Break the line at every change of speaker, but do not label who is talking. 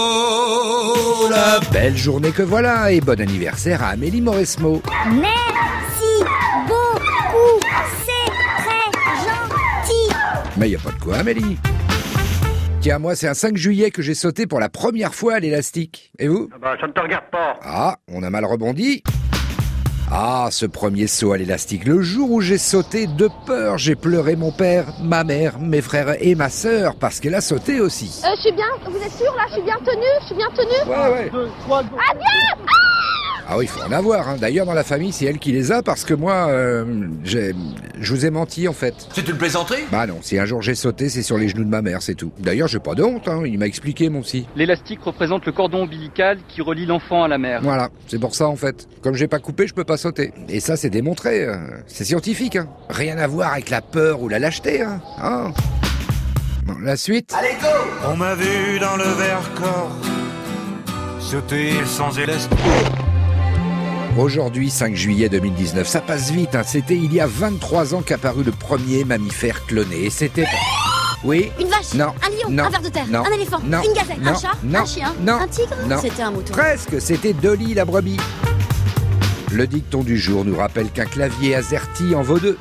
Oh la
Belle journée que voilà et bon anniversaire à Amélie Mauresmo.
Merci beaucoup, c'est très gentil.
Mais y a pas de quoi, Amélie. Tiens, moi, c'est un 5 juillet que j'ai sauté pour la première fois à l'élastique. Et vous
Ah bah, ça ne te regarde pas.
Ah, on a mal rebondi. Ah, ce premier saut à l'élastique. Le jour où j'ai sauté de peur, j'ai pleuré mon père, ma mère, mes frères et ma sœur parce qu'elle a sauté aussi.
Euh, je suis bien, vous êtes sûr là Je suis bien tenue Je suis bien tenue
Ouais, ouais.
Deux, trois, go.
Ah oui, faut en avoir. hein. D'ailleurs, dans la famille, c'est elle qui les a parce que moi, euh, j'ai- je vous ai menti en fait.
C'est une plaisanterie
Bah non, si un jour j'ai sauté, c'est sur les genoux de ma mère, c'est tout. D'ailleurs, j'ai pas de honte, hein. il m'a expliqué mon psy.
L'élastique représente le cordon ombilical qui relie l'enfant à la mère.
Voilà, c'est pour ça en fait. Comme j'ai pas coupé, je peux pas sauter. Et ça, c'est démontré, euh, c'est scientifique. Hein. Rien à voir avec la peur ou la lâcheté. Hein. Hein. Bon, la suite
On m'a vu dans le verre corps sauter sans élastique.
Aujourd'hui, 5 juillet 2019, ça passe vite. hein. C'était il y a 23 ans qu'apparut le premier mammifère cloné. Et c'était... Oui
Une vache,
Non.
un lion,
Non.
un ver de terre,
Non.
un éléphant,
Non.
une gazelle,
Non.
un chat,
Non.
un chien,
Non.
un tigre,
Non.
c'était un mouton.
Presque, c'était Dolly la brebis. Le dicton du jour nous rappelle qu'un clavier azerty en vaut deux.